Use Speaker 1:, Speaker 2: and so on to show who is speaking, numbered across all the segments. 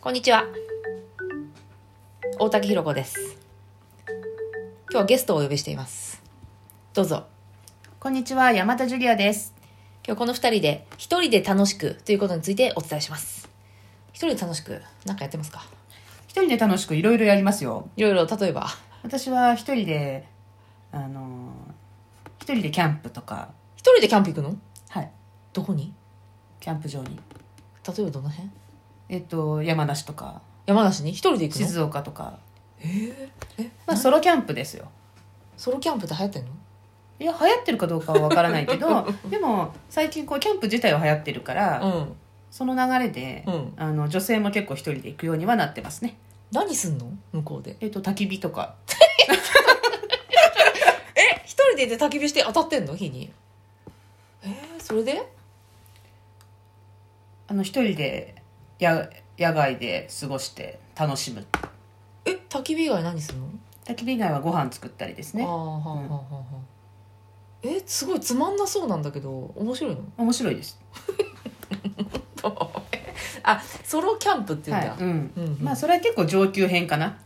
Speaker 1: こんにちは大竹ひろ子です今日はゲストをお呼びしていますどうぞ
Speaker 2: こんにちは、山田ジュリアです。
Speaker 1: 今日この二人で一人で楽しくということについてお伝えします一人で楽しくなんかやってますか
Speaker 2: 一人で楽しくいろいろやりますよ。
Speaker 1: いろいろ例えば
Speaker 2: 私は一人で、あのー、一人でキャンプとか、
Speaker 1: 一人でキャンプ行くの
Speaker 2: はい、
Speaker 1: どこに
Speaker 2: キャンプ場に。
Speaker 1: 例えばどの辺
Speaker 2: えっと、山梨とか、
Speaker 1: 山梨に一人で行くの
Speaker 2: 静岡とか、
Speaker 1: え
Speaker 2: まあ、ソロキャンプですよ。
Speaker 1: ソロキャンプって流行ってんの
Speaker 2: いや、流行ってるかどうかはわからない けど、でも、最近こう、キャンプ自体は流行ってるから、
Speaker 1: うん
Speaker 2: その流れで、
Speaker 1: うん
Speaker 2: あの、女性も結構一人で行くようにはなってますね。
Speaker 1: 何すんの向こうで
Speaker 2: えっと、焚き火とか、
Speaker 1: え一人でいて焚き火して当たってんの火にえー、それで
Speaker 2: あの、一人で、や、野外で過ごして楽しむ。
Speaker 1: え焚き火以外何すんの
Speaker 2: 焚き火以外はご飯作ったりです
Speaker 1: あ
Speaker 2: ね
Speaker 1: あ。はあはあ
Speaker 2: うん
Speaker 1: はあはあえすごいつまんなそうなんだけど面白いの
Speaker 2: 面白いです。
Speaker 1: あソロキャンプっていうんだ、
Speaker 2: はい、うん。
Speaker 1: うんうん
Speaker 2: まあそれは結構上級編かな。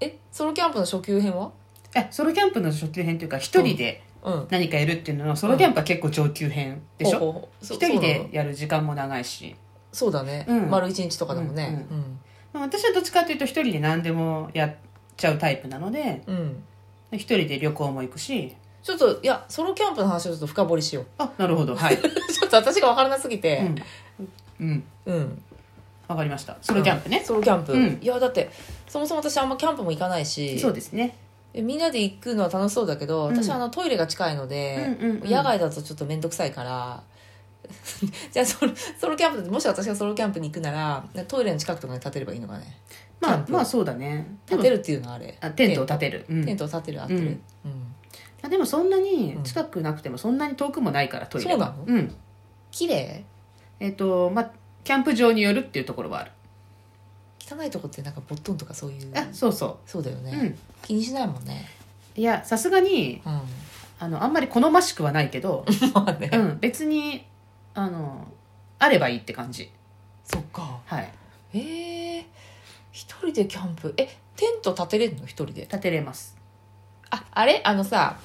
Speaker 1: えソロキャンプの初級編は
Speaker 2: え、ソロキャンプの初級編というか一人で
Speaker 1: うん
Speaker 2: 何かやるっていうのはソロキャンプは結構上級編でしょ。
Speaker 1: ほうほうそ
Speaker 2: 一人で
Speaker 1: そうなの
Speaker 2: やる時間も長いし、
Speaker 1: そうだね、
Speaker 2: うん
Speaker 1: 丸一日とかでもねうん
Speaker 2: まあ、私はどっちかというと一人で何でもやっちゃうタイプなので、
Speaker 1: うん、
Speaker 2: 一人で旅行も行くし、
Speaker 1: ちょっといやソロキャンプの話をちょっと深掘りしよう
Speaker 2: あ、なるほど、は い。
Speaker 1: ちょっと私が分からなすぎて
Speaker 2: うん。うん。
Speaker 1: うん、
Speaker 2: わかりました。ソロキャンプね。
Speaker 1: ソロキャンプ、
Speaker 2: うん
Speaker 1: いやだってそもそも私あんまキャンプも行かないし
Speaker 2: そうですね。
Speaker 1: えみんなで行くのは楽しそうだけど、
Speaker 2: うん
Speaker 1: 私はあのトイレが近いので、
Speaker 2: うんうんうん
Speaker 1: 野外だとちょっと面倒くさいから じゃあソロソロキャンプでもし私がソロキャンプに行くならトイレの近くとかに立てればいいのかねキャ
Speaker 2: ま
Speaker 1: ン
Speaker 2: あ、
Speaker 1: プ
Speaker 2: まあそうだね。
Speaker 1: 立てるっていうのはあれ
Speaker 2: あテントを立てる。う
Speaker 1: テン
Speaker 2: ん。
Speaker 1: トを立てる合ってる、
Speaker 2: う
Speaker 1: うん
Speaker 2: んあでもそんなに近くなくてもそんなに遠くもないからトイ
Speaker 1: そ
Speaker 2: レは
Speaker 1: う
Speaker 2: なのうん。
Speaker 1: 綺麗
Speaker 2: えっ、と、まあ、キャンプ場によるっていうところはある。
Speaker 1: 汚いとこってなんかボットンとかそういう
Speaker 2: あ、そうそ
Speaker 1: そうだよ
Speaker 2: う。
Speaker 1: ね、
Speaker 2: うん。
Speaker 1: 気にしないもんね
Speaker 2: いや、さすがに、
Speaker 1: うん
Speaker 2: あの、あんまり好ましくはないけど、
Speaker 1: まあね、
Speaker 2: うん、別に、あの、あればいいって感じ。
Speaker 1: そっか
Speaker 2: はい。
Speaker 1: えー、一人でキャンプえテント立てれるの一人で
Speaker 2: 立てれます。
Speaker 1: ああれあのさ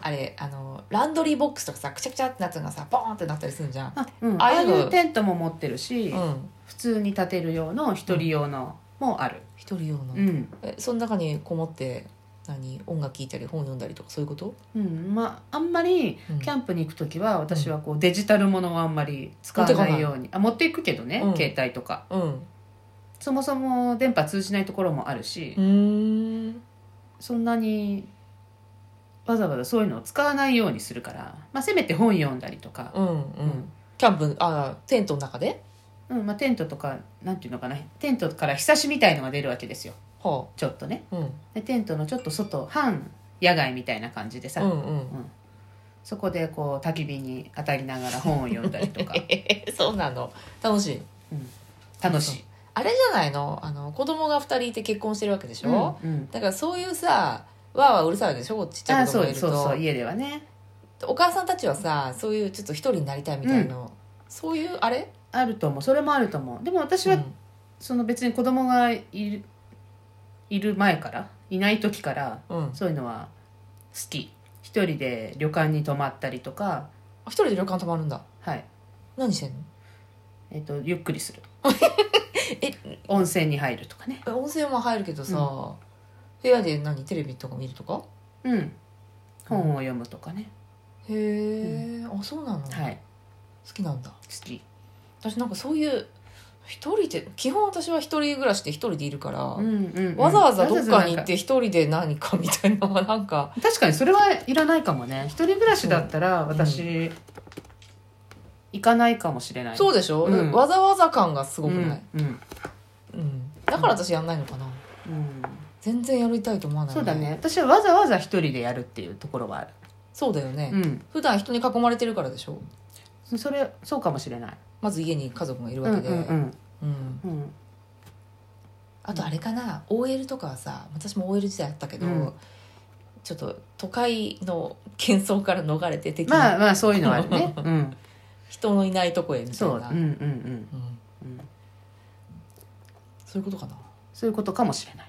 Speaker 1: あれあのランドリーボックスとかさくちゃくちゃってなったのがさボーンってなったりするじゃん
Speaker 2: あ、うん。
Speaker 1: あ
Speaker 2: あ
Speaker 1: あ
Speaker 2: あ
Speaker 1: い
Speaker 2: いう
Speaker 1: の
Speaker 2: うテントも持ってるし、
Speaker 1: うん
Speaker 2: 普通に立てる用の、一人用のもある。
Speaker 1: 一人用の、
Speaker 2: うん。
Speaker 1: えその中にこもって何音楽聴いたり本読んだりとかそういうこと、
Speaker 2: うん、まあ、あんまり、
Speaker 1: うん
Speaker 2: キャンプに行くときは、私はこう、デジタルものはあんまり使わないように。あ、持っていくけどね、
Speaker 1: うん
Speaker 2: 携帯とか。
Speaker 1: うん
Speaker 2: そもそも電波通じないところもあるし、
Speaker 1: うーん
Speaker 2: そんなにわざわざそういうのを使わないようにするから、まあ、せめて本読んだりとか、
Speaker 1: うんうんキャンプあテントの中で
Speaker 2: うんまあ、テントとかなんていうのかなテントからひさしみたいのが出るわけですよ
Speaker 1: は
Speaker 2: ちょっとね
Speaker 1: あ、うん、
Speaker 2: でテントのちょっと外半野外みたいな感じでさ、
Speaker 1: うんうん
Speaker 2: そこでこう焚き火に当たりながら本を読んだ りとか
Speaker 1: えそうなの楽しい
Speaker 2: 楽しい
Speaker 1: あれじゃないのあの子供が2人いて結婚してるわけでしょ、
Speaker 2: うんうん
Speaker 1: だからそういうさわーわーうるさいわけでしょちっちゃ
Speaker 2: あ
Speaker 1: い
Speaker 2: あ
Speaker 1: 子
Speaker 2: そ
Speaker 1: 供
Speaker 2: う
Speaker 1: がい
Speaker 2: で
Speaker 1: る
Speaker 2: す
Speaker 1: と
Speaker 2: そうそう家ではね
Speaker 1: お母さんたちはさそういうちょっと一人になりたいみたいな、そういうあれ、
Speaker 2: あると思うそれもあると思うでも私は
Speaker 1: うん
Speaker 2: その別に子供がいるいる前からいない時から
Speaker 1: うん、
Speaker 2: そういうのは好き一人で旅館に泊まったりとか
Speaker 1: 一人で旅館泊まるんだ
Speaker 2: はい、
Speaker 1: 何してんの
Speaker 2: えっとゆっくりする
Speaker 1: え
Speaker 2: 温泉に入るとかね
Speaker 1: え温泉も入るけどさ、部屋で何テレビとか見るとか
Speaker 2: うん本を読むとかね、
Speaker 1: へえ、あそうなの、
Speaker 2: はい
Speaker 1: 好きなんだ
Speaker 2: 好き
Speaker 1: 私なんかそういう一人で基本私は一人暮らしで一人でいるから、
Speaker 2: うんうんうん
Speaker 1: わざわざどっかに行
Speaker 2: わざわざ
Speaker 1: っ
Speaker 2: なんか
Speaker 1: て一人で何かみたいなのはなんか
Speaker 2: 確かにそれはいらないかもね一人暮らしだったら私、行かないかもしれない
Speaker 1: そう
Speaker 2: う
Speaker 1: でしょ、
Speaker 2: うん
Speaker 1: わざわざ感がすごく
Speaker 2: ん
Speaker 1: ない、
Speaker 2: うんうん
Speaker 1: うん、だから私やんないのかな全然やりたいと思わない
Speaker 2: そうだね私はわざわざ一人でやるっていうところはある、
Speaker 1: そうだよね、
Speaker 2: うん、
Speaker 1: 普段人に囲まれてるからでしょ
Speaker 2: それそうかもしれない
Speaker 1: まず家に家族がいるわけで、
Speaker 2: うんうん
Speaker 1: うん
Speaker 2: うんうん
Speaker 1: あとあれかな OL とかはさ私も OL 時代あったけど、
Speaker 2: うん
Speaker 1: ちょっと都会の喧騒から逃れて的
Speaker 2: ま
Speaker 1: な
Speaker 2: あまあそういうのはあるね、うん、
Speaker 1: 人のいないとこへみたい
Speaker 2: そう
Speaker 1: な、
Speaker 2: うんうん
Speaker 1: う
Speaker 2: うん
Speaker 1: ん
Speaker 2: うん
Speaker 1: そういうことかな、
Speaker 2: そういうことかもしれない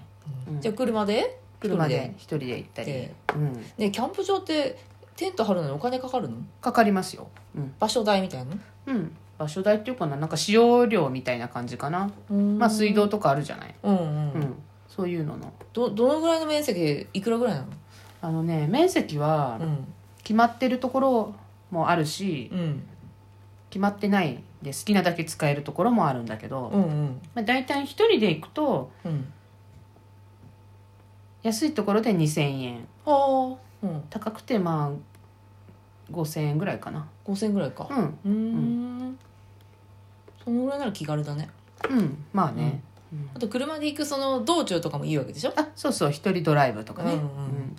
Speaker 1: うん
Speaker 2: うん
Speaker 1: じゃあ車で
Speaker 2: 車で
Speaker 1: で
Speaker 2: 一人で行ったり
Speaker 1: で、
Speaker 2: うん、
Speaker 1: ねキャンプ場ってテント張るのにお金かかるの
Speaker 2: かかりますよ、うん
Speaker 1: 場所代みたいな
Speaker 2: うん、場所代っていうかななんか使用料みたいな感じかな、
Speaker 1: ま
Speaker 2: まあ水道とかあるじゃない、
Speaker 1: うんう、
Speaker 2: うんん、そういうのの
Speaker 1: どどのぐらいの面積でいくらぐらいなの
Speaker 2: あのね面積は
Speaker 1: うん
Speaker 2: 決まってるところもあるし
Speaker 1: うん
Speaker 2: 決まってないで好きなだけ使えるところもあるんだけど、
Speaker 1: うんうん
Speaker 2: まあ、大体一人で行くと
Speaker 1: うん
Speaker 2: 安いところで2,000円
Speaker 1: はあ、うん、
Speaker 2: 高くてまあ5,000円ぐらいかな
Speaker 1: 5000ぐらいか
Speaker 2: うん
Speaker 1: うーんそのぐらいなら気軽だね
Speaker 2: うんまあね、うん
Speaker 1: あと車で行くその道中とかもいいわけでしょ
Speaker 2: あそうそう一人ドライブとかね、
Speaker 1: うんうん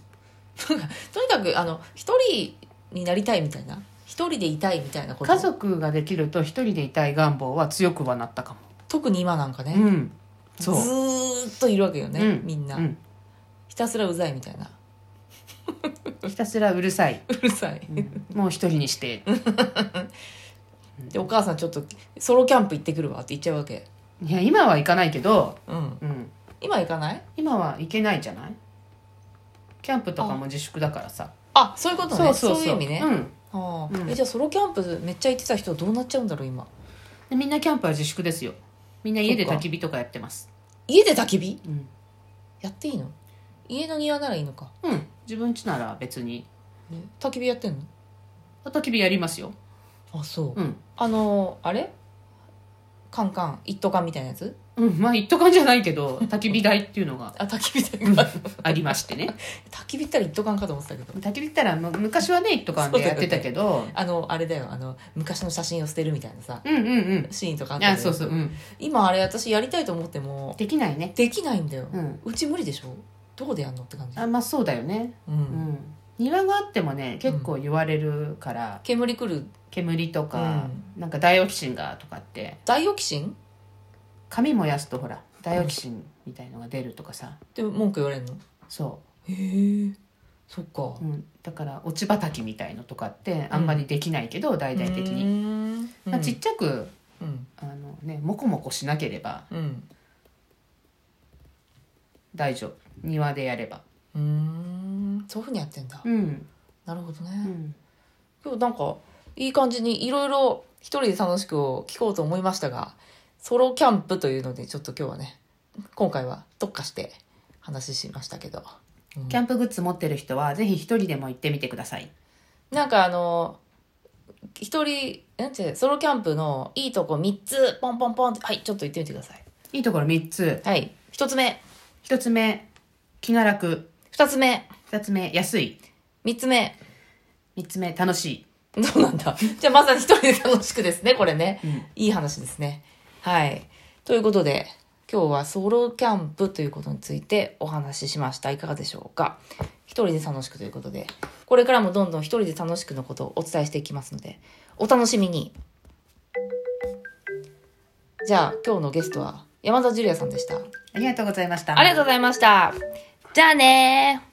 Speaker 1: とにかくあの一人になりたいみたいな一人でいたいみたいなこ
Speaker 2: うん
Speaker 1: と
Speaker 2: 家族ができると一人でいたい願望は強くはなったかも、
Speaker 1: 特に今なんかね、
Speaker 2: うん
Speaker 1: ず
Speaker 2: そう
Speaker 1: ーっといるわけよね、
Speaker 2: うん
Speaker 1: みんな、
Speaker 2: うん、
Speaker 1: ひたすらうざいみたいな
Speaker 2: ひたすらうるさい、
Speaker 1: うるさい、
Speaker 2: もう一人にして
Speaker 1: でお母さんちょっとソロキャンプ行ってくるわって言っちゃうわけ、
Speaker 2: いや今は行かないけど、
Speaker 1: うん、
Speaker 2: うん、
Speaker 1: 今行かない
Speaker 2: 今は行けないじゃないキャンプとかも自粛だからさ
Speaker 1: あそういうことねそういう意味ね、
Speaker 2: うん
Speaker 1: ああ
Speaker 2: うん
Speaker 1: えじゃあソロキャンプめっちゃ行ってた人はどうなっちゃうんだろう今
Speaker 2: でみんなキャンプは自粛ですよみんな家で
Speaker 1: そっか
Speaker 2: 焚き火とかやってます
Speaker 1: 家で焚き火
Speaker 2: うん、
Speaker 1: やっていいの家の庭ならいいのか、
Speaker 2: うん、自分家なら別に
Speaker 1: ね、焚き火やってんの
Speaker 2: 焚き火やりますよ
Speaker 1: あそう、
Speaker 2: うん、
Speaker 1: あのあれカンカン一斗缶みたいなやつ
Speaker 2: うん、まあ一斗缶じゃないけ ど焚き火台っていうのが
Speaker 1: あ焚き火台がある
Speaker 2: ありましてね
Speaker 1: 焚き火ったら一斗缶かと思ってたけど
Speaker 2: 焚き火ったらむ昔はね一斗缶でやってたけど
Speaker 1: あのあれだよあの昔の写真を捨てるみたいなさ
Speaker 2: うんうん
Speaker 1: シーンとか
Speaker 2: う
Speaker 1: あっ
Speaker 2: ん
Speaker 1: たじゃ
Speaker 2: あ
Speaker 1: ん
Speaker 2: そうそう、うん、
Speaker 1: 今あれ私やりたいと思っても
Speaker 2: できないね
Speaker 1: できないんだよ、
Speaker 2: うん
Speaker 1: うち無理でしょどこでやんのって感じ、
Speaker 2: あまあそうだよね
Speaker 1: う、
Speaker 2: うんん庭があってもね結構言われるから、
Speaker 1: 煙くる
Speaker 2: 煙とか、なんかダイオキシンがとかって
Speaker 1: ダイオキシン
Speaker 2: 紙燃やすとほらダイオキシンみたいのが出るとかさ
Speaker 1: って文句言われるの
Speaker 2: そ
Speaker 1: へえそっか
Speaker 2: う、うん、だから落ち畑みたいのとかってあんまりできないけど、大々的
Speaker 1: う
Speaker 2: に、
Speaker 1: ん
Speaker 2: まあ、ちっちゃく
Speaker 1: うん
Speaker 2: あの、ね、もこもこしなければ
Speaker 1: うん
Speaker 2: 大丈夫庭でやれば
Speaker 1: うんそういうふうにやってんだ、
Speaker 2: うん、
Speaker 1: なるほどね、
Speaker 2: うん、
Speaker 1: 今日なんかいい感じにいろいろ一人で楽しくを聞こうと思いましたがソロキャンプというのでちょっと今日はね今回は特化して話しましたけど、うん
Speaker 2: キャンプグッズ持ってる人はぜひ一人でも行ってみてください
Speaker 1: なんかあの一人なんてソロキャンプのいいとこ3つポンポンポンってはいちょっと言ってみてください
Speaker 2: いいところ3つ
Speaker 1: はい1つ目
Speaker 2: 1つ目気が楽
Speaker 1: 2つ目
Speaker 2: 2つ目安い
Speaker 1: 3つ目
Speaker 2: 3つ目楽しい
Speaker 1: そうなんだ。じゃあまさに一人で楽しくですね、これね。
Speaker 2: うん
Speaker 1: いい話ですね。はい。ということで、今日はソロキャンプということについてお話ししました。いかがでしょうか一人で楽しくということで、これからもどんどん一人で楽しくのことをお伝えしていきますので、お楽しみに。じゃあ今日のゲストは山田ジュリアさんでした。
Speaker 2: ありがとうございました
Speaker 1: ありがとうございました。じゃあねー。